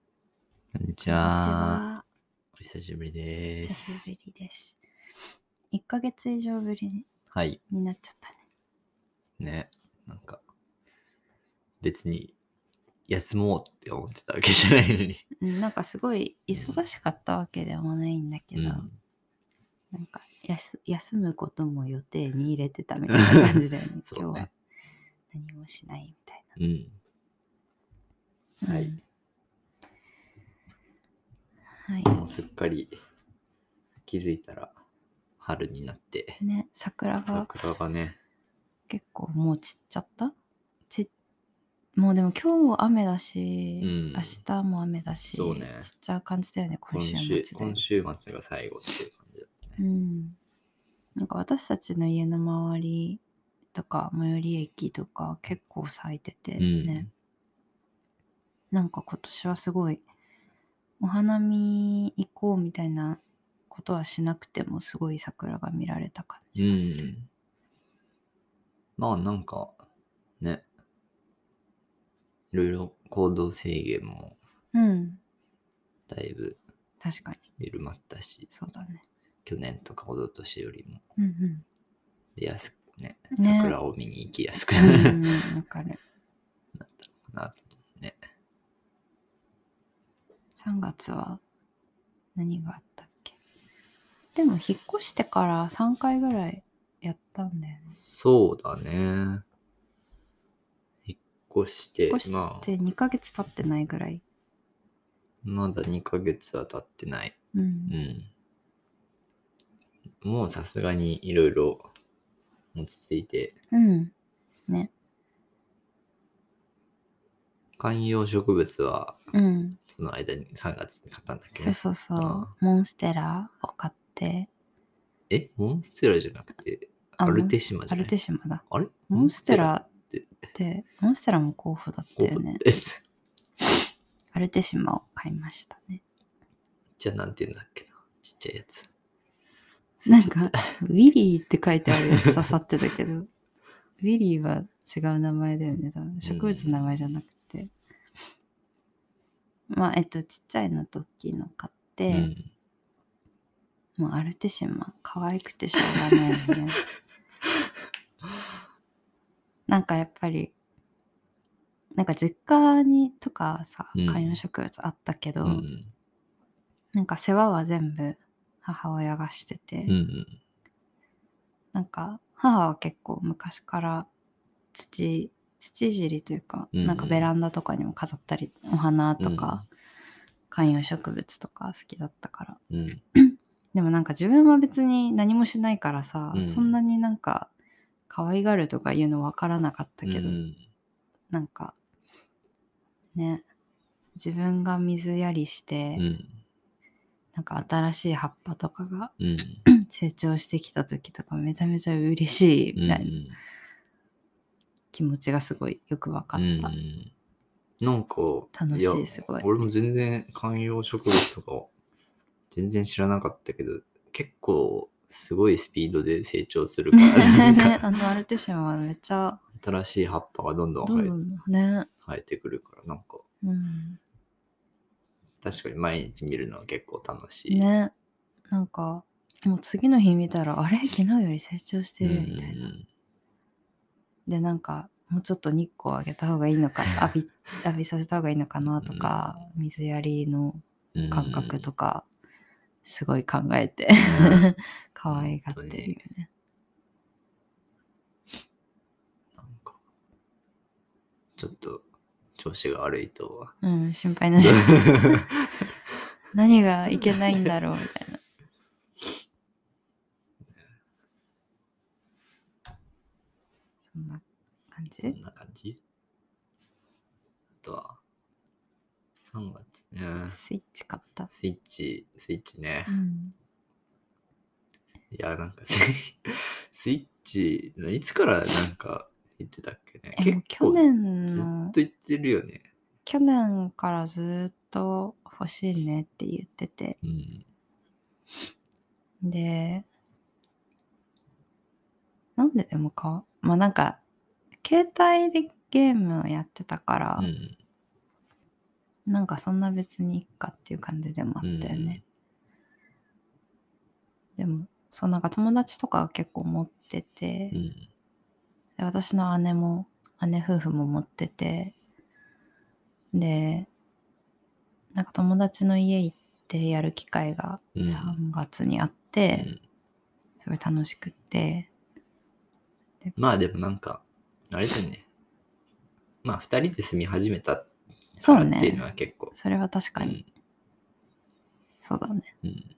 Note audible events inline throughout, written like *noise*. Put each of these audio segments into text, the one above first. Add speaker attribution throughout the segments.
Speaker 1: んにち
Speaker 2: こんにち
Speaker 1: は。
Speaker 2: は。
Speaker 1: お久しぶりで
Speaker 2: 久
Speaker 1: す。
Speaker 2: しぶりです。1ヶ月以上ぶり
Speaker 1: はい。
Speaker 2: になっちゃったね。
Speaker 1: ね。なんか、別に、休もうって思ってたわけじゃないのに。
Speaker 2: うん、なんかすごい忙しかったわけでもないんだけ
Speaker 1: う
Speaker 2: ど、
Speaker 1: ん。。
Speaker 2: なんかやす休むことも予定に入れてたみたいな感じ *laughs* だよね
Speaker 1: そうね
Speaker 2: 今日は何もしないみたい
Speaker 1: うん。
Speaker 2: な。
Speaker 1: はい
Speaker 2: うんはい。
Speaker 1: もうすっかり、気づいたら、春になって、
Speaker 2: ね、桜が
Speaker 1: 桜がね、
Speaker 2: 結構もう散っちゃったちっもうでも今日も雨だし、
Speaker 1: うん
Speaker 2: 明日も雨だし、
Speaker 1: そうね
Speaker 2: 散っちゃう感じだよね、今
Speaker 1: 今
Speaker 2: 週末
Speaker 1: 週、
Speaker 2: で。
Speaker 1: 今週末が最後っていう感じだった
Speaker 2: う
Speaker 1: ね。
Speaker 2: ん。なんか私たちの家の周りとか、最寄り駅とか結構咲いててね、なんか今年はすごい、お花見行こうみたいなことはしなくても、すごい桜が見られた感
Speaker 1: う
Speaker 2: じがする。
Speaker 1: ん。まあなんか、ね。いろいろ行動制限も
Speaker 2: うん、
Speaker 1: だいぶ
Speaker 2: 確かに、
Speaker 1: 緩まったし、
Speaker 2: そうだね。
Speaker 1: 去年とか一昨年よりも
Speaker 2: うんうん。
Speaker 1: 出やすくね、
Speaker 2: ね
Speaker 1: 桜を見に行きやすく
Speaker 2: う
Speaker 1: なったの
Speaker 2: んうんわかる。
Speaker 1: かなと。
Speaker 2: 3月は何があったっけでも引っ越してから3回ぐらいやったんだよね。
Speaker 1: そうだね。引っ越して、
Speaker 2: 引っ越
Speaker 1: まあ
Speaker 2: して、2ヶ月経ってないぐらい。
Speaker 1: まだ2ヶ月は経ってない。
Speaker 2: う。
Speaker 1: うんん。もうさすがにいろいろ落ち着いて、
Speaker 2: うん。
Speaker 1: 観葉植物は
Speaker 2: うん。
Speaker 1: その間に3月に買ったんだっけ
Speaker 2: そうそうそ
Speaker 1: あ
Speaker 2: う。モンステラを買って。
Speaker 1: え、モンステラじゃなくて、
Speaker 2: あ
Speaker 1: アルテシマじ
Speaker 2: ア
Speaker 1: ゃな
Speaker 2: ル
Speaker 1: い
Speaker 2: テシマだ。
Speaker 1: あれ
Speaker 2: モンステラっ
Speaker 1: って
Speaker 2: て、モンステラも候補だったよね。
Speaker 1: です。
Speaker 2: アルテシマを買いましたね。
Speaker 1: じゃあなんて言うんだっけな。ちっちゃいやつ。
Speaker 2: なんか、ウィリーって書いてあるやつ刺さってたけ *laughs* ど、ウィリーは違う名前だよね、多分。植物の名前じゃなくて。まあ、えっと、ちっちゃいのと大きいの買って、
Speaker 1: うん、
Speaker 2: もうアルテシマ可愛くてしょうがないよ
Speaker 1: *laughs*
Speaker 2: ねなんかやっぱりなんか実家にとかさ
Speaker 1: うん
Speaker 2: 観葉植物あったけ
Speaker 1: う
Speaker 2: ど、
Speaker 1: ん。
Speaker 2: なんか世話は全部母親がしてて、
Speaker 1: うん。
Speaker 2: なんか母は結構昔から土土いじりというか、
Speaker 1: うん
Speaker 2: なんかベランダとかにも飾ったりお花とか、観葉植物とか好きだったから
Speaker 1: うん。
Speaker 2: でもなんか自分は別に何もしないからさ、
Speaker 1: うん
Speaker 2: そんなになんか可愛がるとかいうの分からなかったけど、
Speaker 1: うん
Speaker 2: なんかね自分が水やりして、
Speaker 1: うん。
Speaker 2: なんか新しい葉っぱとかが
Speaker 1: うん。
Speaker 2: 成長してきた時とかめちゃめちゃ嬉しいみたいな気持ちがすごいよく分か
Speaker 1: う
Speaker 2: っ *laughs*
Speaker 1: ん
Speaker 2: た、
Speaker 1: なんか、
Speaker 2: 楽しい
Speaker 1: や
Speaker 2: すごい、
Speaker 1: 俺も全然観葉植物とか、全然知らなかったけど、結構、すごいスピードで成長するからな
Speaker 2: ね
Speaker 1: ん、か
Speaker 2: あのアルテシアはめっちゃ
Speaker 1: 新しい葉っぱがどんどん
Speaker 2: どん
Speaker 1: 生
Speaker 2: ど
Speaker 1: え
Speaker 2: んね、
Speaker 1: 生えてくるから、なんか、
Speaker 2: うん、
Speaker 1: 確かに毎日見るのは結構楽しい。
Speaker 2: ねなんかもう次の日見たらあれ昨日より成長し
Speaker 1: う
Speaker 2: て
Speaker 1: んう
Speaker 2: るみたいな。
Speaker 1: ん
Speaker 2: でなんかもうちょっと日光あげた方がいいのか
Speaker 1: *laughs*
Speaker 2: 浴び浴びさせた方がいいのかなとか、水やりの
Speaker 1: うん
Speaker 2: 感覚とか、すごい考えて *laughs* 可愛がってるよね。
Speaker 1: なんかちょっと調子が悪い
Speaker 2: *laughs*
Speaker 1: と
Speaker 2: うん心
Speaker 1: *laughs*
Speaker 2: 配なし何がいけないんだろうみた
Speaker 1: *laughs*
Speaker 2: いな。そんな感
Speaker 1: そ
Speaker 2: じ
Speaker 1: んな感じあとは3月ね
Speaker 2: スイッチ買った。
Speaker 1: スイッチスイッチね
Speaker 2: うん、
Speaker 1: いやなんか *laughs* スイスイッチいつからなんか言ってたっけね
Speaker 2: えも
Speaker 1: 結
Speaker 2: う去
Speaker 1: 構
Speaker 2: 年
Speaker 1: ずっ
Speaker 2: の
Speaker 1: と言ってるよね
Speaker 2: 去年からずっと欲しいねって言ってて
Speaker 1: うん
Speaker 2: でなんででもかまあなんか携帯でゲームをやってたから、
Speaker 1: うん
Speaker 2: なんかそんな別にいっかっていう感じでもあったよね。でも、そうなんか友達とかは結構持ってて、
Speaker 1: うん。
Speaker 2: で私の姉も姉夫婦も持っててでなんか友達の家行ってやる機会が
Speaker 1: うん
Speaker 2: 3月にあっ
Speaker 1: う
Speaker 2: て、
Speaker 1: ん
Speaker 2: すごい楽しくって
Speaker 1: まあでもなんか、あれだよね。まあ二人で住み始めたか
Speaker 2: そう
Speaker 1: ら
Speaker 2: ね
Speaker 1: っていうのは結構。
Speaker 2: それは確かに、そうだね
Speaker 1: うん。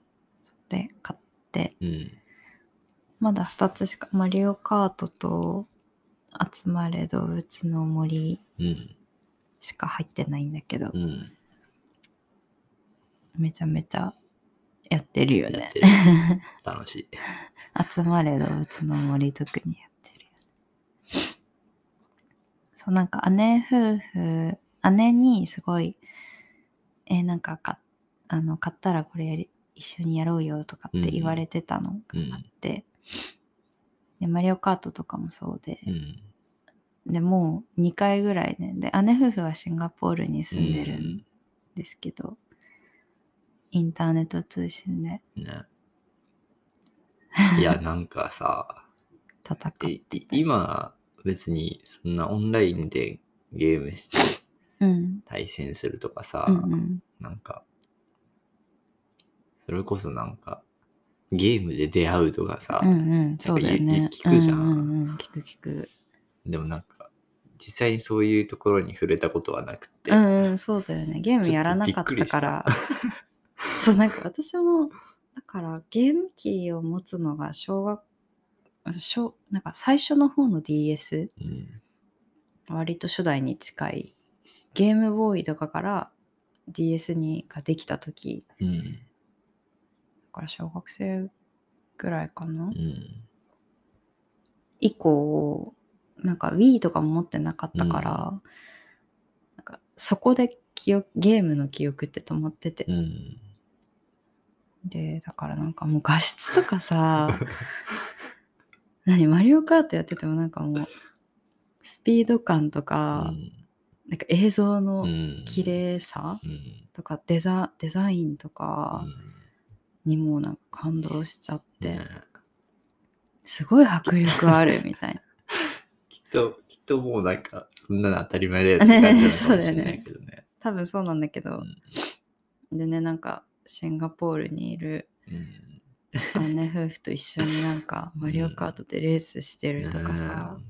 Speaker 2: で買って
Speaker 1: うん。
Speaker 2: まだ2つしかマリオカートと集まれ動物の森
Speaker 1: うん。
Speaker 2: しか入ってないんだけど、
Speaker 1: うん。
Speaker 2: めちゃめちゃやってるよ
Speaker 1: や
Speaker 2: ね
Speaker 1: ってる。楽しい。
Speaker 2: 集まれ動物の森特にやってるよね。そうなんか姉夫婦姉にすごいえーなんかかあの買ったらこれやり一緒にやろうよとかって言われてたのがあって、でマリオカートとかもそうで、
Speaker 1: うん。
Speaker 2: でもう2回ぐらいねで姉夫婦はシンガポールに住んでる
Speaker 1: うんん
Speaker 2: ですけど、インターネット通信で
Speaker 1: ね。いや、なんか
Speaker 2: *laughs*
Speaker 1: さ、
Speaker 2: 戦って
Speaker 1: いい今、別にそんなオンラインでゲームして
Speaker 2: うん
Speaker 1: 対戦するとかさ、
Speaker 2: うんうん
Speaker 1: なんか、それこそなんか、ゲームで出会うとかさ、
Speaker 2: うんうん、そうだよ
Speaker 1: なん
Speaker 2: ね
Speaker 1: か。聞くじゃん
Speaker 2: うんうんうん、聞く聞く。
Speaker 1: でもなんか、実際にそういうところに触れたことはなくて、
Speaker 2: うんうん、そうだよね。ゲームやらなかったから。 *laughs* そう、なんか私も、だからゲーム機を持つのが小学、小なんか最初の方の DS、
Speaker 1: うん、
Speaker 2: 割と初代に近い、ゲームボーイとかから DS にができた時、
Speaker 1: うん、
Speaker 2: だから小学生ぐらいかな、
Speaker 1: うん、
Speaker 2: 以降なんか Wii とかも持ってなかったから、なんかそこで記憶ゲームの記憶って止まってて、
Speaker 1: うん、
Speaker 2: でだからなんかもう画質とか
Speaker 1: *laughs*
Speaker 2: さ何マリオカートやっててもなんかもうスピード感とか、なんか映像
Speaker 1: う
Speaker 2: の
Speaker 1: ん、
Speaker 2: 綺麗さ
Speaker 1: うん、
Speaker 2: とかデザデザインとか
Speaker 1: う
Speaker 2: にもなんか感動しちゃっ
Speaker 1: ん、
Speaker 2: て、
Speaker 1: ね
Speaker 2: すごい迫力あるみたいな
Speaker 1: きっと、きっともうなんか、そんなの当たり前だよって感じなのかもしれないけどね。
Speaker 2: 多分そうなんだけど
Speaker 1: う、ん
Speaker 2: でねなんかシンガポールにいる
Speaker 1: うん *laughs*
Speaker 2: 姉夫婦と一緒になんかマリオカートでレースしてるとかさ、
Speaker 1: ね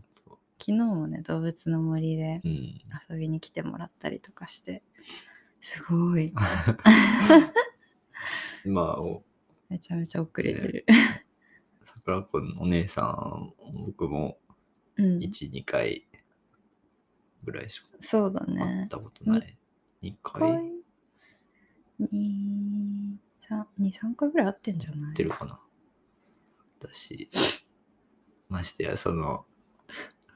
Speaker 2: 昨日もね動物の森で
Speaker 1: うん、
Speaker 2: 遊びに来てもらったりとかしてすごい
Speaker 1: まあ、お
Speaker 2: めちゃめちゃ遅れてる、
Speaker 1: 桜子のお姉さん、僕も
Speaker 2: うん
Speaker 1: 1、2回ぐらいしか
Speaker 2: そうだ
Speaker 1: 会っ
Speaker 2: ね
Speaker 1: たことない。2回行
Speaker 2: 23回ぐらい会ってんじゃな
Speaker 1: っ
Speaker 2: い
Speaker 1: てるかな。だし、ましてや、その、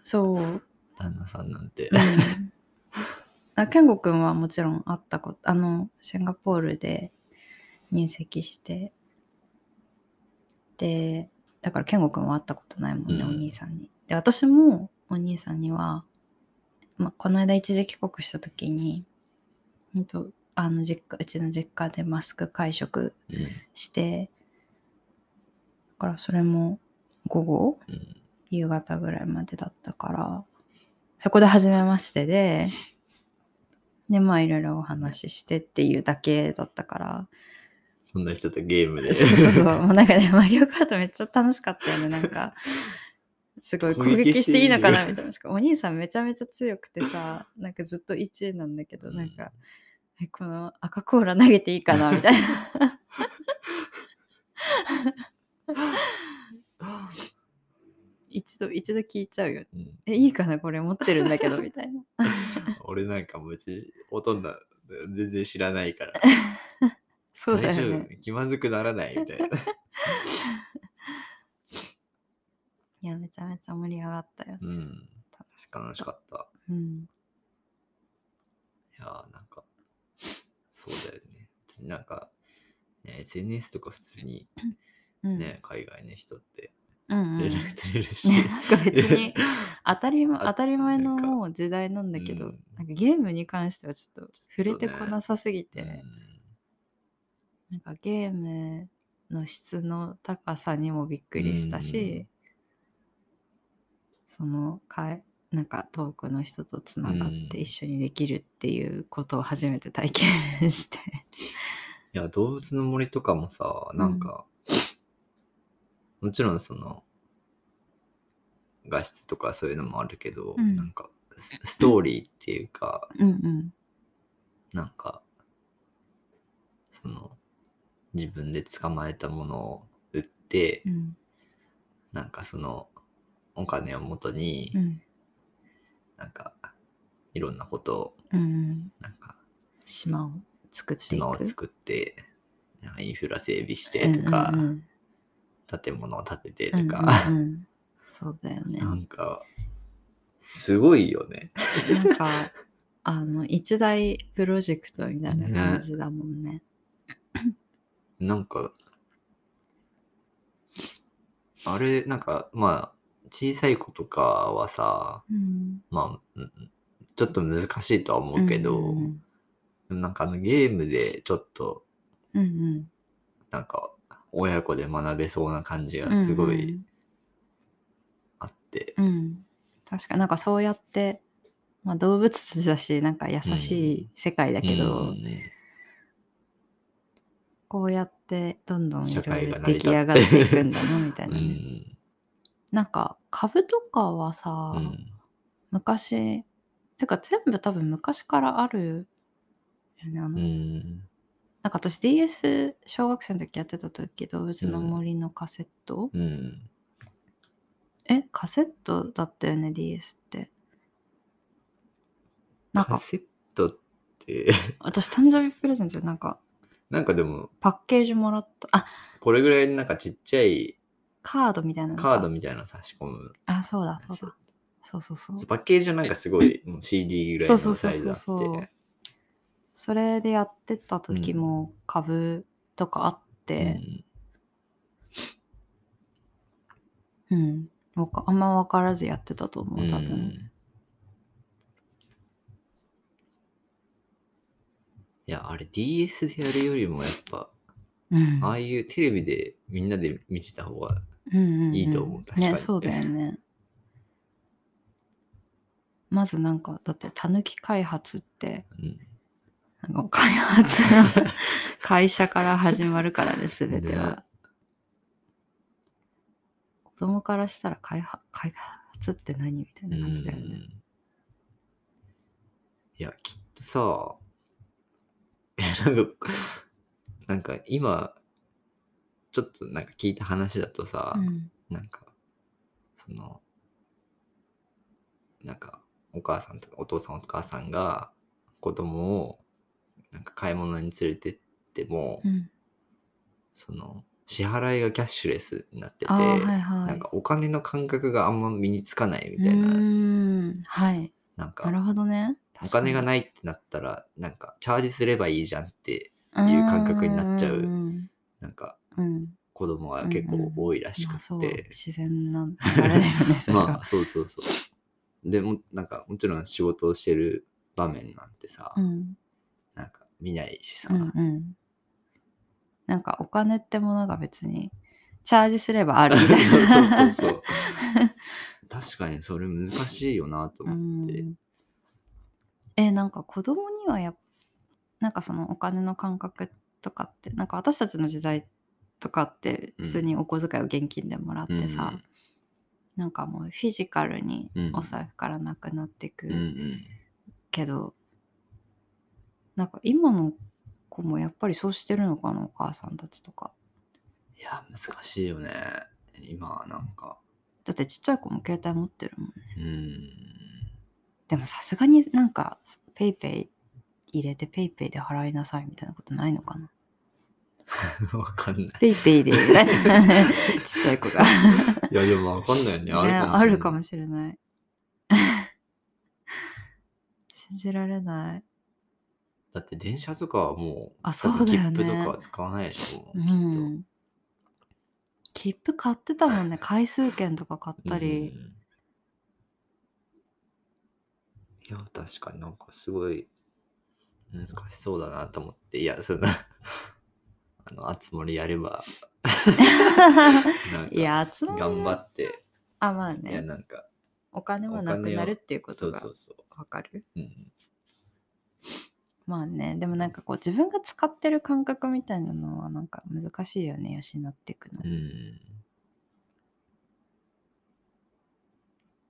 Speaker 2: そう、うん、
Speaker 1: 旦那さんなんて。
Speaker 2: *laughs* あ健吾くんはもちろん会ったことあのシンガポールで入籍してでだから健吾くんは会ったことないもんね、
Speaker 1: うん
Speaker 2: お兄さんにで私もお兄さんには、まあ、この間一時帰国した時に本当あの実家うちの実家でマスク会食
Speaker 1: うん
Speaker 2: してだからそれも午後
Speaker 1: うん
Speaker 2: 夕方ぐらいまでだったからそこで初めましてででまあいろいろお話ししてっていうだけだったから
Speaker 1: そんな人とゲームで。
Speaker 2: そうそう
Speaker 1: *laughs*
Speaker 2: そうもうなんかねマリオカートめっちゃ楽しかったよねなんかすごい攻
Speaker 1: 攻撃
Speaker 2: 撃していいのか
Speaker 1: し
Speaker 2: な
Speaker 1: ていい
Speaker 2: みたいなしかもお兄さんめちゃめちゃ強くてさなんかずっと1位なんだけど、なんかえこの赤コーラ投げていいかなみたいな *laughs* 一度一度聞いちゃうよね
Speaker 1: うん
Speaker 2: えいいかなこれ持ってるんだけどみたいな
Speaker 1: 俺なんかもう別にほとんど全然知らないから
Speaker 2: そうだ
Speaker 1: 大
Speaker 2: よ
Speaker 1: 丈
Speaker 2: ね
Speaker 1: 夫気まずくならないみたい
Speaker 2: *laughs*
Speaker 1: な
Speaker 2: いやめちゃめちゃ盛り上がったよ
Speaker 1: うん
Speaker 2: 楽しかった
Speaker 1: 楽しかった
Speaker 2: うん
Speaker 1: いやーなんかそうだよね別になんか、ね、SNS とか普通に
Speaker 2: うん
Speaker 1: ね、海外の人って
Speaker 2: うんうん
Speaker 1: 連絡取れるし。
Speaker 2: ね、なんか別に当たり前
Speaker 1: あ
Speaker 2: 当たり前の
Speaker 1: なんか
Speaker 2: もう時代なんだけ
Speaker 1: う
Speaker 2: ど、
Speaker 1: ん
Speaker 2: なんかゲームに関してはちょっと触れて
Speaker 1: *laughs* ちょっと
Speaker 2: こ
Speaker 1: ね
Speaker 2: なさすぎて、
Speaker 1: うん
Speaker 2: なんかゲームの質の高さにもびっくりしたし、そのかえなんか遠くの人とつながっ
Speaker 1: う
Speaker 2: て
Speaker 1: ん
Speaker 2: 一緒にできるっていうことを初めて体験して。
Speaker 1: いや、動物の森とかもさ、なんか、もちろんその、画質とかそういうのもあるけど、
Speaker 2: うん
Speaker 1: なんか、スストーリーっていうか、
Speaker 2: うんうん
Speaker 1: なんか、その、自分で捕まえたものを売って、
Speaker 2: うん
Speaker 1: なんかその、お金を元に、
Speaker 2: うん
Speaker 1: なんか、いろんなことを、
Speaker 2: うん
Speaker 1: なんか、
Speaker 2: 島を作ってい
Speaker 1: 島を
Speaker 2: く。
Speaker 1: 作って、なんかインフラ整備してとか、
Speaker 2: うんうんうん
Speaker 1: 建物を建ててとか、
Speaker 2: うんうんうんそうだよね。
Speaker 1: なんか、すごいよね。
Speaker 2: なんか、あの、一大プロジェクトみたいな感じだもんね。
Speaker 1: なんか、あれ、なんか、まあ、小さい子とかはさ、
Speaker 2: うん。
Speaker 1: まあ、うんちょっと難しいとは思うけど、
Speaker 2: うん
Speaker 1: でもなんかあのゲームでちょっと、
Speaker 2: うんうん。
Speaker 1: なんか、親子で学べそうな感じ
Speaker 2: う
Speaker 1: が
Speaker 2: んうん
Speaker 1: すごい。あって、
Speaker 2: うん。確かなんかそうやって、まあ動物たちだし、なんか優しい世界だけど、
Speaker 1: うん
Speaker 2: こうやってどんどんいろ
Speaker 1: 社会
Speaker 2: い
Speaker 1: が
Speaker 2: ろ
Speaker 1: 成り立
Speaker 2: 出来
Speaker 1: って
Speaker 2: 上がっていくんだな、みたい
Speaker 1: *laughs*
Speaker 2: うなね、
Speaker 1: ん
Speaker 2: なんか株とかはさ、
Speaker 1: うん
Speaker 2: 昔、てか全部多分昔からあるよね、あの
Speaker 1: うん
Speaker 2: なんか私 DS 小学生の時やってた時動物の森のカセット、
Speaker 1: うん
Speaker 2: えカセットだったよね DS ってなん
Speaker 1: カ
Speaker 2: か
Speaker 1: セットって、 *laughs*
Speaker 2: 私誕生日プレゼントでなんか
Speaker 1: なんかでも、
Speaker 2: パッケージもらったあ
Speaker 1: これぐらいなんかちっちゃい
Speaker 2: カードみたいなのか
Speaker 1: カードみたいなの差し込む。
Speaker 2: あそうだそう
Speaker 1: そ
Speaker 2: だそうそうそう
Speaker 1: うパッケージはなんかすごいもう CD ぐらい
Speaker 2: そ
Speaker 1: の
Speaker 2: うそ
Speaker 1: サ
Speaker 2: う
Speaker 1: イズ
Speaker 2: そ
Speaker 1: あっ
Speaker 2: うそう
Speaker 1: て。
Speaker 2: それでやってた時も株とかあっ
Speaker 1: う
Speaker 2: て
Speaker 1: ん
Speaker 2: うん、わかあんま分からずやってたと思う多分、
Speaker 1: うんいや、あれ DS でやるよりもやっぱ、
Speaker 2: うん
Speaker 1: ああいうテレビでみんなで見てた方が、い
Speaker 2: い
Speaker 1: いと思う確かに
Speaker 2: ね、そうだよね。まずなんか、だって、たぬき開発って、
Speaker 1: うん
Speaker 2: なんか開発の会社から始まるからね、すべては。
Speaker 1: ね
Speaker 2: 子供からしたら開発、開発って何みたいな感じだよ
Speaker 1: う
Speaker 2: ね。
Speaker 1: んいや、きっとさ、 *laughs* えなんか、なんか今、ちょっとなんか聞いた話だとさ、
Speaker 2: うん。
Speaker 1: なんか、その、なんか、お母さんとか、お父さんお母さんが、子供を、なんか買い物に連れてっても、
Speaker 2: うん、
Speaker 1: その、支払いがキャッシュレスになってて、
Speaker 2: ああ、はいはい。
Speaker 1: なんかお金の感覚があんま身につかないみ
Speaker 2: う
Speaker 1: たいな、
Speaker 2: ーん。はい。
Speaker 1: なんか
Speaker 2: な、るほどね。
Speaker 1: お金が
Speaker 2: い
Speaker 1: ないってなったら、なんか、チャージすればいいじゃんって、
Speaker 2: って
Speaker 1: いう感覚になっちゃう
Speaker 2: うん。
Speaker 1: なんか、
Speaker 2: うん。
Speaker 1: 子供は結構多いらし
Speaker 2: ま
Speaker 1: く
Speaker 2: あ、そう。
Speaker 1: て。
Speaker 2: 自然な流れだよね、それは。
Speaker 1: まあ、そうそうそう。でも、なんか、もちろん仕事をしてる場面なんてさ、
Speaker 2: うん
Speaker 1: なんか見ないしさ、
Speaker 2: うんうんなんかお金ってものが別にチャージすればあるみた
Speaker 1: *laughs* そうそ
Speaker 2: *laughs* いな。
Speaker 1: うそう。確かにそれ難しいよなと
Speaker 2: う
Speaker 1: 思って。
Speaker 2: んえなんか子供にはやっなんかそのお金の感覚とかってなんか私たちの時代とかって普通にお小遣いを現金でもらってさ、なんかもうフィジカルに
Speaker 1: うん
Speaker 2: お財布からなくなってく
Speaker 1: うんうん
Speaker 2: けど、なんか今の子もやっぱりそうしてるのかなお母さんたちとか。
Speaker 1: いや、難しいよね。今はなんか。
Speaker 2: だってちっちゃい子も携帯持ってるもんね。
Speaker 1: うん。
Speaker 2: でもさすがになんかペイペイ入れてペイペイで払いなさいみたいなことないのかな
Speaker 1: わかんない。
Speaker 2: ペイペイで *laughs* ちっちゃい子が
Speaker 1: *laughs* いや、でもわかんないよね。
Speaker 2: ね
Speaker 1: あ
Speaker 2: あ
Speaker 1: る
Speaker 2: る
Speaker 1: か
Speaker 2: か
Speaker 1: も
Speaker 2: も
Speaker 1: し
Speaker 2: しれない信じられない *laughs*
Speaker 1: れない。だって電車とかはもう、
Speaker 2: あ
Speaker 1: 多分
Speaker 2: そうだよね
Speaker 1: 切符とかは使わないでしょ、もう
Speaker 2: う
Speaker 1: きっと。
Speaker 2: ん切切符買ってたもんね回数券とか買ったり、
Speaker 1: うんいや、確かになんかすごい難しそうだなと思って、いや、そん *laughs* な、あの、あつ森やれば、なんか
Speaker 2: *laughs* いや集まる
Speaker 1: 頑張って、
Speaker 2: あまあ
Speaker 1: いや、
Speaker 2: ね
Speaker 1: なんか、
Speaker 2: お金はなくなるっていうこ
Speaker 1: そ
Speaker 2: と
Speaker 1: う
Speaker 2: が
Speaker 1: そうそう。
Speaker 2: わかる
Speaker 1: うん、
Speaker 2: まあねでもなんかこう自分が使ってる感覚みたいなのはなんか難しいよね養っていくの、
Speaker 1: うん、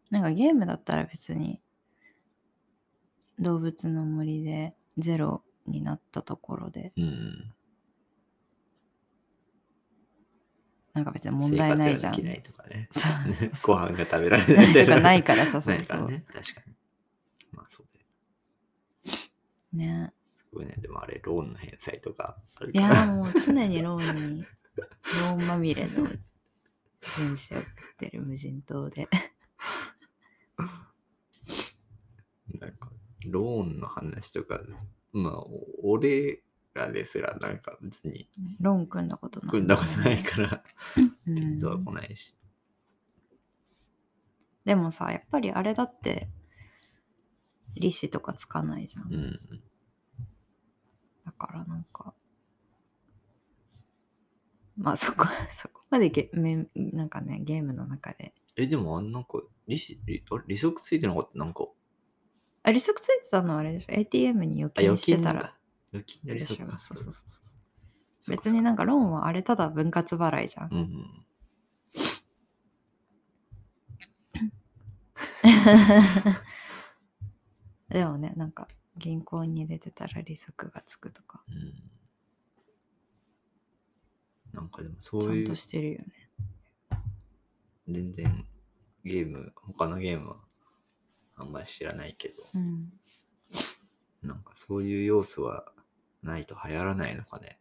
Speaker 2: なんかゲームだったら別に動物の森でゼロになったところで
Speaker 1: うん。
Speaker 2: なんか別に問題ないじゃん
Speaker 1: 生活ができないとかね。
Speaker 2: そう
Speaker 1: ご飯が食べられない *laughs*
Speaker 2: とかないからさ
Speaker 1: ないから
Speaker 2: そうそう
Speaker 1: ね、確かに。まあ、そうだよ
Speaker 2: ね
Speaker 1: すごいね。でもあれ、ローンの返済とかある
Speaker 2: い
Speaker 1: から。
Speaker 2: やーもう常にローンにローンまみれの人生を送ってる無人島
Speaker 1: *laughs*
Speaker 2: で
Speaker 1: なんか、ローンの話とか、まあ、お俺らですら、なんか別に
Speaker 2: ローン組んだことない、
Speaker 1: 組んだことないから、
Speaker 2: うん
Speaker 1: ピントは来ないし。
Speaker 2: でもさやっぱりあれだって利子とかつかないじゃん、
Speaker 1: うん。
Speaker 2: だからなんかまあそこ *laughs* そこまでゲめなんかねゲームの中で
Speaker 1: え、でも、あんなんか、利子、利あれ利息ついてなかった、なんか、
Speaker 2: あ利息ついてたのはあれでしょ ATM に
Speaker 1: あ、
Speaker 2: 預金
Speaker 1: 預
Speaker 2: して
Speaker 1: 金
Speaker 2: た
Speaker 1: な
Speaker 2: ら
Speaker 1: ら。預金の利息か。
Speaker 2: そうそうそうそう
Speaker 1: そう
Speaker 2: 別になんかローンはあれただ分割払いじゃん
Speaker 1: う、んうん。
Speaker 2: *laughs* でもねなんか銀行に入れてたら利息がつくとか
Speaker 1: うん。なんかでも、そ
Speaker 2: ちゃ
Speaker 1: うんい
Speaker 2: と
Speaker 1: う、
Speaker 2: してるよね
Speaker 1: 全然、ゲーム、他のゲームは、あんまり知らないけど、
Speaker 2: うん
Speaker 1: なんかそういう要素はないと流行らないのかね。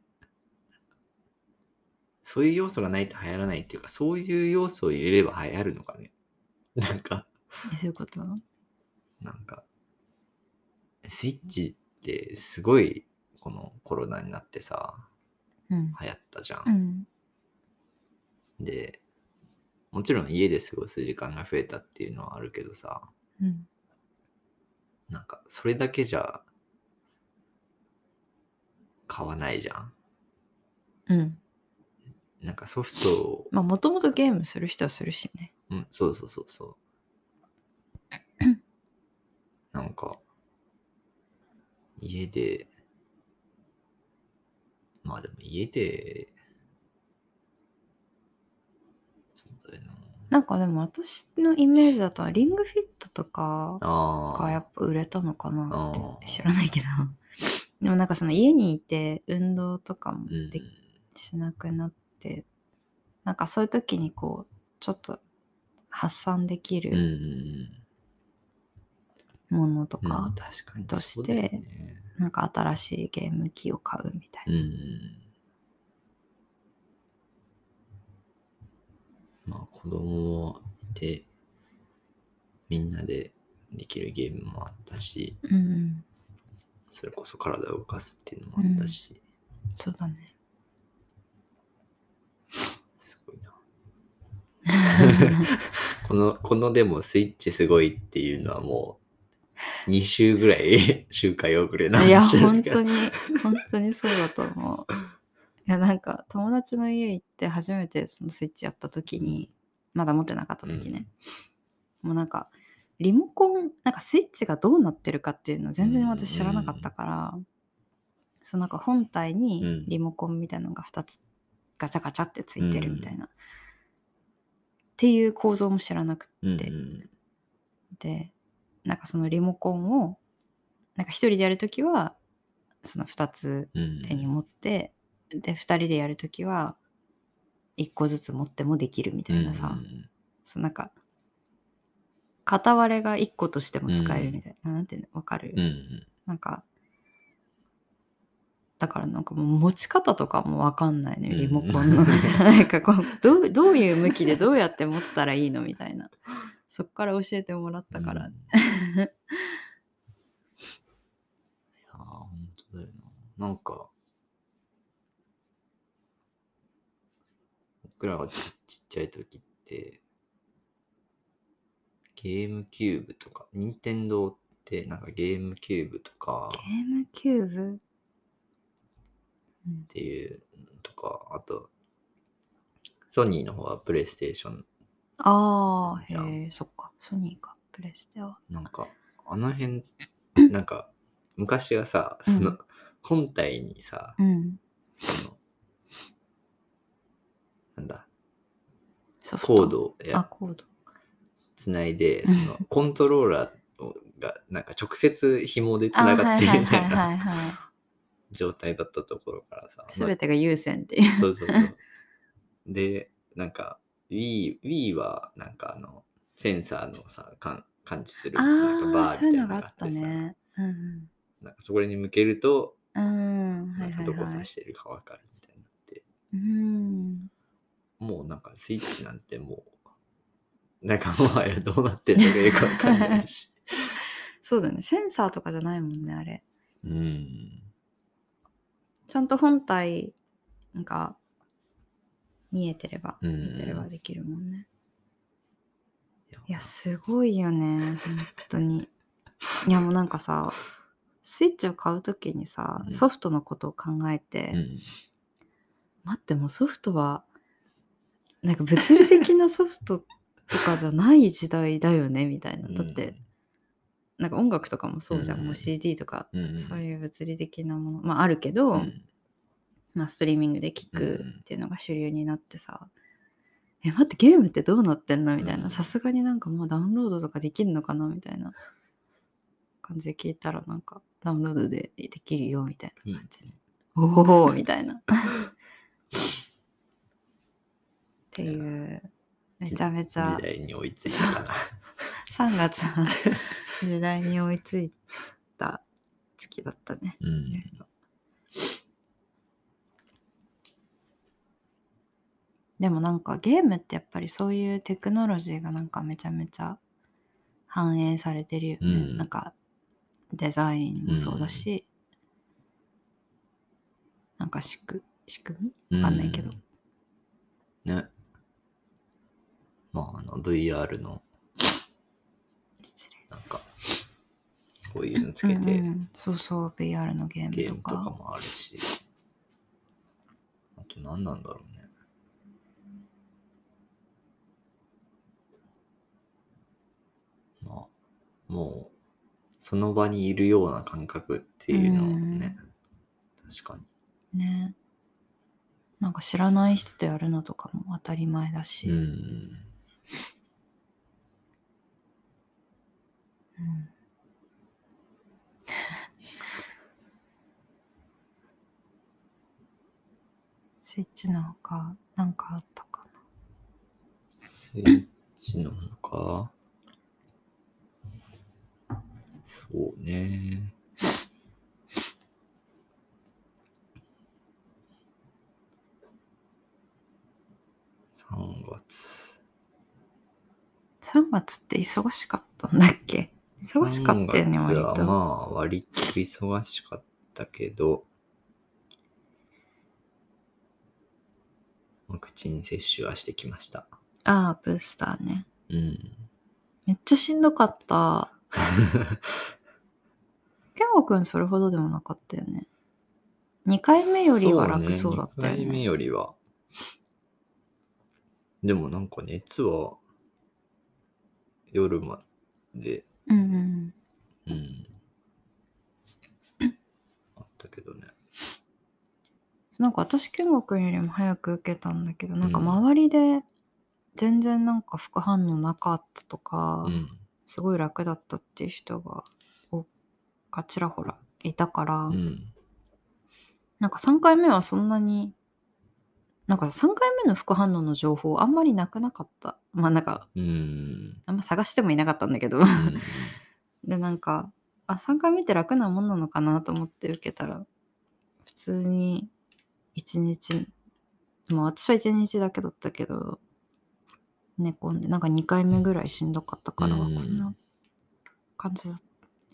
Speaker 1: そういう要素がないと流行らないっていうか、そういう要素を入れれば流行るのかね。なんか、
Speaker 2: えそういうこと
Speaker 1: なんか、スイッチってすごいこのコロナになってさ、
Speaker 2: うん
Speaker 1: 流行ったじゃ。
Speaker 2: うんん
Speaker 1: で、もちろん家で過ごす時間が増えたっていうのはあるけどさ、
Speaker 2: うん
Speaker 1: なんかそれだけじゃ買わないじゃん。
Speaker 2: うん
Speaker 1: なんかソフトを
Speaker 2: まあもともとゲームする人はするしね
Speaker 1: うん、そうそうそう
Speaker 2: *coughs*
Speaker 1: そう。なんか、家で、まあでも家で、そうだよな。
Speaker 2: なんかでも私のイメージだとリングフィットとか
Speaker 1: あ
Speaker 2: がや
Speaker 1: あ
Speaker 2: っぱ売れたのかな
Speaker 1: あ
Speaker 2: って
Speaker 1: ー
Speaker 2: 知らないけど *laughs* でもなんかその家にいて運動とかも
Speaker 1: ー、うん
Speaker 2: できしなくなって、なんかそういう時にこうちょっと発散でき
Speaker 1: うんうんう
Speaker 2: る
Speaker 1: ん。
Speaker 2: ものと
Speaker 1: まあ
Speaker 2: か、
Speaker 1: 確かに
Speaker 2: として
Speaker 1: そうだよね
Speaker 2: なんか新しいゲーム機を買うみたい
Speaker 1: うんうんうん。まあ子供もいて、みんなでできるゲームもあったし、
Speaker 2: な、うんうん、
Speaker 1: それこそ体を動かすっていうのもあったし、
Speaker 2: そうだ
Speaker 1: *laughs*
Speaker 2: ね
Speaker 1: すごいな。この、このでもスイッチすごいっていうのはもう、2週ぐらい *laughs* 周回遅れない
Speaker 2: や
Speaker 1: 話だ
Speaker 2: 本
Speaker 1: け
Speaker 2: 当
Speaker 1: ど
Speaker 2: に本当にそうだと思ういやなんか友達の家行って初めてそのスイッチやった時にまだ持ってなかった時ね、もうなんかリモコンなんかスイッチがどうなってるかっていうの全然私知らなかったから、そのなんか本体
Speaker 1: う
Speaker 2: に
Speaker 1: ん
Speaker 2: リモコンみたいなのが2つガチャガチャってついてるみたいな、っていう構造も知らなく
Speaker 1: うん
Speaker 2: て、
Speaker 1: うん
Speaker 2: でなんかそのリモコンをなんか1人でやるときはその2つ
Speaker 1: うん
Speaker 2: 手に持って、で2人でやるときは1個ずつ持ってもできるみたいな
Speaker 1: う
Speaker 2: さ、
Speaker 1: ん
Speaker 2: そのなんか片割れが1個としても使えるみたいな、なんていうのわかる、
Speaker 1: うんうん
Speaker 2: なんかだからなんかもう持ち方とかもわかんないのよ
Speaker 1: うん
Speaker 2: リモコン
Speaker 1: *laughs*
Speaker 2: の、なんかこうどうどういう向きでどうやって持ったらいいのみたいなそっから教えてもらったから、
Speaker 1: うんいやー本当だよな。なんか、僕らがちちっちゃい時って、ゲームキューブとか、任天堂ってなんかゲームキューブとか
Speaker 2: ゲームキューブうん
Speaker 1: っていうのとか、あと、ソニーの方はプレイステーション、
Speaker 2: ああ、
Speaker 1: じゃん
Speaker 2: へえ、そっか。ソニーか。プレステは。
Speaker 1: なんか、あの辺、なんか、昔はさ、その、
Speaker 2: う
Speaker 1: 本体にさ、
Speaker 2: うん。
Speaker 1: その、なんだ、
Speaker 2: ソフト
Speaker 1: コー。ドをや
Speaker 2: あ、コード。
Speaker 1: つない
Speaker 2: *laughs*
Speaker 1: で、
Speaker 2: う
Speaker 1: そ
Speaker 2: ん
Speaker 1: のコントローラーをがなんか直接紐でつながって
Speaker 2: あ
Speaker 1: る
Speaker 2: はい
Speaker 1: み
Speaker 2: は
Speaker 1: た
Speaker 2: いはいいはい
Speaker 1: な *laughs*
Speaker 2: はい。
Speaker 1: 状態だったところからさ、
Speaker 2: すべてが優先っていう。
Speaker 1: まあそうそうそう。で、なんか Wii, Wii はなんかあのセンサーのさ感感知するなんか
Speaker 2: ああ、
Speaker 1: バー
Speaker 2: そう
Speaker 1: み
Speaker 2: い
Speaker 1: た
Speaker 2: う
Speaker 1: いなの
Speaker 2: のがあ
Speaker 1: があ
Speaker 2: っ
Speaker 1: ったてさ、
Speaker 2: ね。うん
Speaker 1: なんかそこに向けると
Speaker 2: うん。うん。は
Speaker 1: ないん
Speaker 2: は
Speaker 1: か
Speaker 2: い
Speaker 1: どこ
Speaker 2: は
Speaker 1: 指
Speaker 2: い。
Speaker 1: してるかわかるみたいになって、
Speaker 2: うん。
Speaker 1: もうなんかスイッチなんてもうなんかもはやどうなってんのかよくわかんない
Speaker 2: *laughs*
Speaker 1: し。
Speaker 2: そうだね。センサーとかじゃないもんね、あれ。
Speaker 1: うん。
Speaker 2: ちゃんと本体が見えてれば、
Speaker 1: うん
Speaker 2: 見てればできるもんね。
Speaker 1: い
Speaker 2: いや、すごいよね。本当に。いや、もうなんかさ、スイッチを買うときにさ
Speaker 1: う、ん
Speaker 2: ソフトのことを考えて、
Speaker 1: うん
Speaker 2: 待ってもうソフトはなんか物理的なソフトとかじゃない時代だよねみたいなだって、なんか音楽とかもそうじゃ
Speaker 1: う
Speaker 2: ん、
Speaker 1: ん
Speaker 2: もう CD とか、
Speaker 1: うん
Speaker 2: そういう物理的なものまああるけど、
Speaker 1: うん
Speaker 2: まあ、ストリーミングで聴
Speaker 1: う
Speaker 2: く
Speaker 1: ん
Speaker 2: っていうのが主流になってさ、え待ってゲームってどうなってんのみたいうなんさすがになんかもうダウンロードとかできんのかなみたいな感じで聞いたらなんかダウンロードでできるよみたいな感じで、おおみた
Speaker 1: *laughs*
Speaker 2: いな。っていうめちゃめちゃ
Speaker 1: 時代に追いついたな。
Speaker 2: 3月は時代に追いついた月だったね。
Speaker 1: うん
Speaker 2: でもなんかゲームってやっぱりそういうテクノロジーがなんかめちゃめちゃ反映されてるよ
Speaker 1: う
Speaker 2: ね、
Speaker 1: ん
Speaker 2: なんかデザインもそうだし、なんか仕組仕組みわかんないけど
Speaker 1: うんね。まあ、あの VR の
Speaker 2: 失礼
Speaker 1: なんかこういうのつけ
Speaker 2: うんう
Speaker 1: て
Speaker 2: んそうそう VR のゲー
Speaker 1: ゲ
Speaker 2: ム
Speaker 1: ーム
Speaker 2: と
Speaker 1: とか
Speaker 2: か
Speaker 1: もあるし。あと何なんだろうね。まあ、もうその場にいるような感覚っていうのをね、確かに。
Speaker 2: ねなんか知らない人とやるのとかも当たり前だし、
Speaker 1: うん。
Speaker 2: うんスイッチのほか何かあったかな
Speaker 1: スイッチの他そうね。3月。
Speaker 2: 3月って忙しかったんだっけ忙しかったよね
Speaker 1: 3月
Speaker 2: 割
Speaker 1: は
Speaker 2: と、
Speaker 1: まあ、割と忙しかったけど、ワクチン接種はしてきました。
Speaker 2: ああブースターね
Speaker 1: うん。
Speaker 2: めっちゃしんどかった健吾くんそれほどでもなかったよね2回目よりは楽そうだったよ
Speaker 1: 2回目
Speaker 2: ね
Speaker 1: よりは。でもなんか熱は夜まで、
Speaker 2: うんうん
Speaker 1: うん。あったけどね。
Speaker 2: なんか私健吾くんよりも早く受けたんだけどなんか
Speaker 1: うん
Speaker 2: 周りで全然なんか副反応なかったとか、
Speaker 1: うん。
Speaker 2: すごい楽だったっていう人がおがちらほらいたから、
Speaker 1: うん。
Speaker 2: なんか3回目はそんなになんか3回目の副反応の情報あんまりなくなかったまあなんか
Speaker 1: うん。
Speaker 2: あんま探してもいなかったんだけど、
Speaker 1: うん
Speaker 2: でなんかあ3回目って楽なもんなのかなと思って受けたら普通に1日まあ私は1日だけだったけど寝込んでなんか2回目ぐらいしんどかったから、
Speaker 1: うん
Speaker 2: こんな感じだ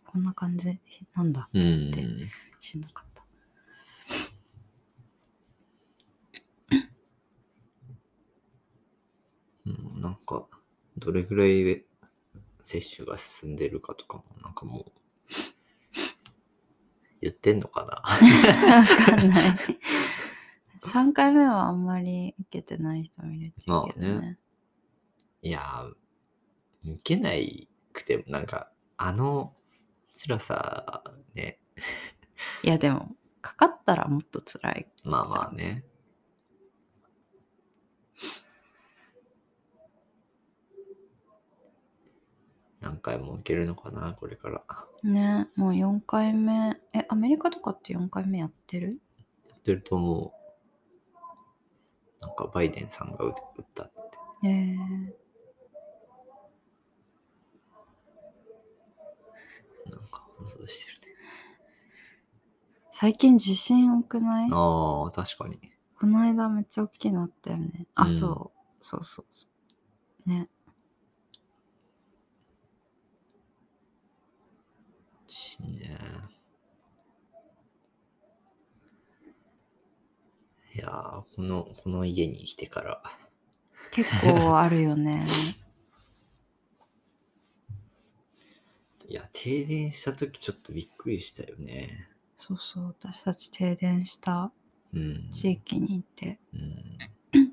Speaker 2: こんな感じなんだ
Speaker 1: うん。
Speaker 2: しんどか
Speaker 1: *laughs*
Speaker 2: った
Speaker 1: どれぐらい接種が進んでるかとかも、なんかもう、言ってんのか
Speaker 2: なわかんない。3回目はあんまり受けてない人もいるっちゃうけどね。
Speaker 1: まあねいやー、受けないくても、なんか、あの辛さ、ね、
Speaker 2: いやでも、かかったらもっと辛い。
Speaker 1: まあまあね。何回も受けるのかな、これから。
Speaker 2: ね、もう4回目。え、アメリカとかって4回目やってる
Speaker 1: やってると思う。なんかバイデンさんが打ったって。
Speaker 2: えー、
Speaker 1: なんか放送してるね。
Speaker 2: 最近地震多くない
Speaker 1: ああ、確かに。
Speaker 2: この間めっちゃ大きいのあったよね。あ、
Speaker 1: うん
Speaker 2: そう。そうそうそう。ね。
Speaker 1: 地震ね。いやーこの、この家に来てから、
Speaker 2: 結構ある
Speaker 1: *laughs*
Speaker 2: よね。
Speaker 1: いや、停電したときちょっとびっくりしたよね。
Speaker 2: そうそう。私たち停電した
Speaker 1: うん。
Speaker 2: 地域に行って。
Speaker 1: うん。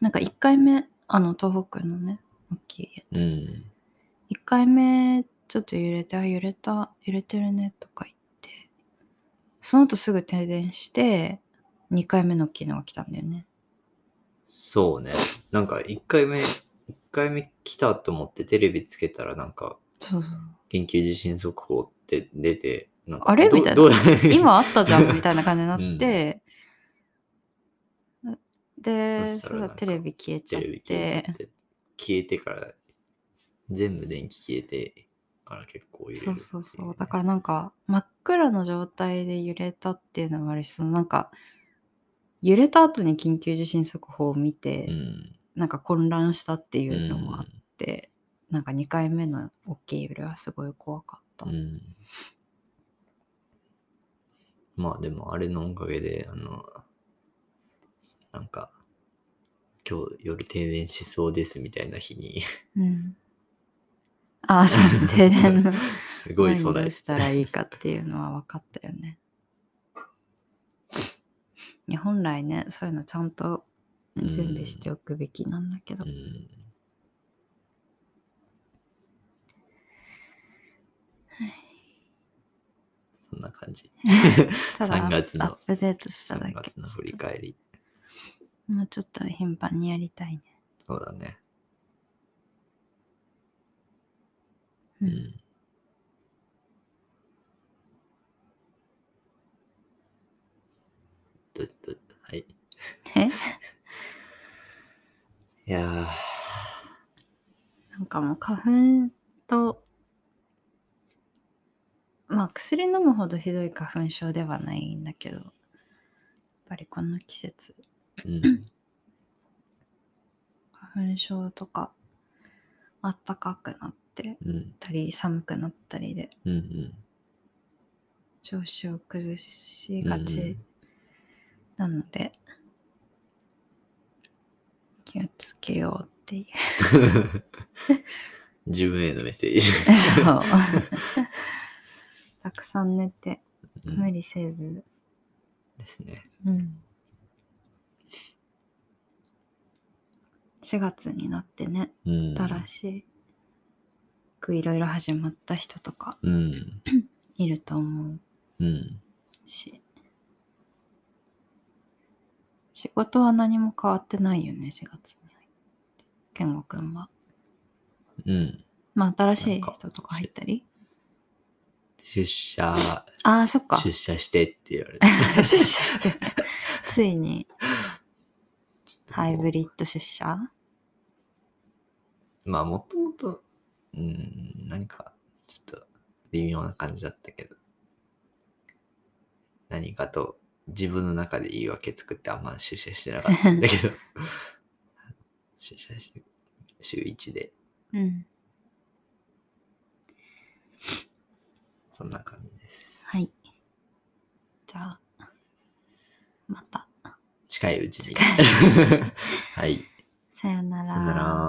Speaker 2: なんか1回目、あの、東北のね、大きいやつ。
Speaker 1: うん。
Speaker 2: 1回目ちょっと揺れてあ揺れた揺れてるねとか言ってその後すぐ停電して2回目の機能が来たんだよね
Speaker 1: そうね。なんか一回目、一回目来たと思ってテレビつけたらなんか
Speaker 2: そうそう
Speaker 1: 緊急地震速報って出て、なんか
Speaker 2: あれ
Speaker 1: ど
Speaker 2: みたいな
Speaker 1: どう *laughs*
Speaker 2: 今あったじゃんみたいな感じになって、で
Speaker 1: そしたらなんか
Speaker 2: そうテレビ消えち
Speaker 1: テ
Speaker 2: ゃっ
Speaker 1: レビ消えちゃ
Speaker 2: て
Speaker 1: って、消えてから、全部電気消えてから結構揺れるって
Speaker 2: そ
Speaker 1: いうね
Speaker 2: そうそうだからなんか真っ暗の状態で揺れたっていうのもあるしそのなんか揺れた後に緊急地震速報を見て、
Speaker 1: うん。
Speaker 2: なんか混乱したっていうのもあ
Speaker 1: う
Speaker 2: っ
Speaker 1: ん
Speaker 2: ってなんか2回目の大きい揺れはすごい怖かった、
Speaker 1: うん。まあでもあれのおかげで、あの、なんか、今日夜停電しそうですみたいな日に、
Speaker 2: うんああそう停電の
Speaker 1: *laughs* すごい
Speaker 2: 何
Speaker 1: 備
Speaker 2: ど
Speaker 1: え
Speaker 2: うしたらいいかっていうのは分かったよねいや本来ねそういうのちゃんと準備しておくべきなんだけど、
Speaker 1: うんそんな感じ。
Speaker 2: ただ
Speaker 1: 3月の
Speaker 2: アップデートしただ
Speaker 1: 3
Speaker 2: け
Speaker 1: 月の振り返り。
Speaker 2: もうちょっと頻繁にやりたいね
Speaker 1: そうだね。
Speaker 2: う
Speaker 1: うんん。どどはい。
Speaker 2: え
Speaker 1: いや
Speaker 2: なんかもう花粉と、まあ薬飲むほどひどい花粉症ではないんだけど、やっぱりこの季節、
Speaker 1: ー、うん。
Speaker 2: 花粉症とか、あったかくなって
Speaker 1: うん。
Speaker 2: たり、寒くなったりで、
Speaker 1: うん。うん。
Speaker 2: 調子を崩しがちなので、気をつけようっていう。
Speaker 1: *laughs* *laughs* 自分へのメッセー
Speaker 2: *laughs*
Speaker 1: ジ。
Speaker 2: そう。たくさん寝て、
Speaker 1: うん
Speaker 2: 無理せず、
Speaker 1: ですね。
Speaker 2: うん4月になってね
Speaker 1: うん。
Speaker 2: 新しくいろいろ始まった人とか
Speaker 1: うん。
Speaker 2: いると思
Speaker 1: うん。
Speaker 2: うし仕事は何も変わってないよね4月に入って健吾くんは
Speaker 1: うん。
Speaker 2: まあ新しい
Speaker 1: なんか
Speaker 2: 人とか入ったり
Speaker 1: 出社、
Speaker 2: ああそっか
Speaker 1: 出社してって言わ
Speaker 2: *laughs*
Speaker 1: れて。
Speaker 2: 出社
Speaker 1: *laughs*
Speaker 2: してついにハイブ
Speaker 1: リ
Speaker 2: リッド出社
Speaker 1: まあ、もともと、うん、何か、ちょっと、微妙な感じだったけど、何かと、自分の中で言い訳作ってあんま出社してなかったんだけ
Speaker 2: *laughs*
Speaker 1: ど、出社して、週1で、
Speaker 2: うん
Speaker 1: そんな感じです。
Speaker 2: はいじゃあまた
Speaker 1: 近いうちに。
Speaker 2: 近い
Speaker 1: *laughs* はい。
Speaker 2: さよなら。
Speaker 1: さよなら